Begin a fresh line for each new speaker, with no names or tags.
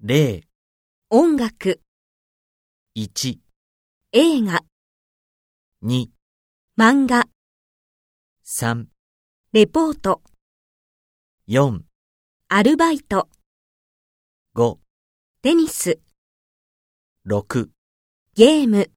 例
音楽、
1、
映画、
2、
漫画、
3、
レポート、
4、
アルバイト、
5、
テニス、
6
ゲーム。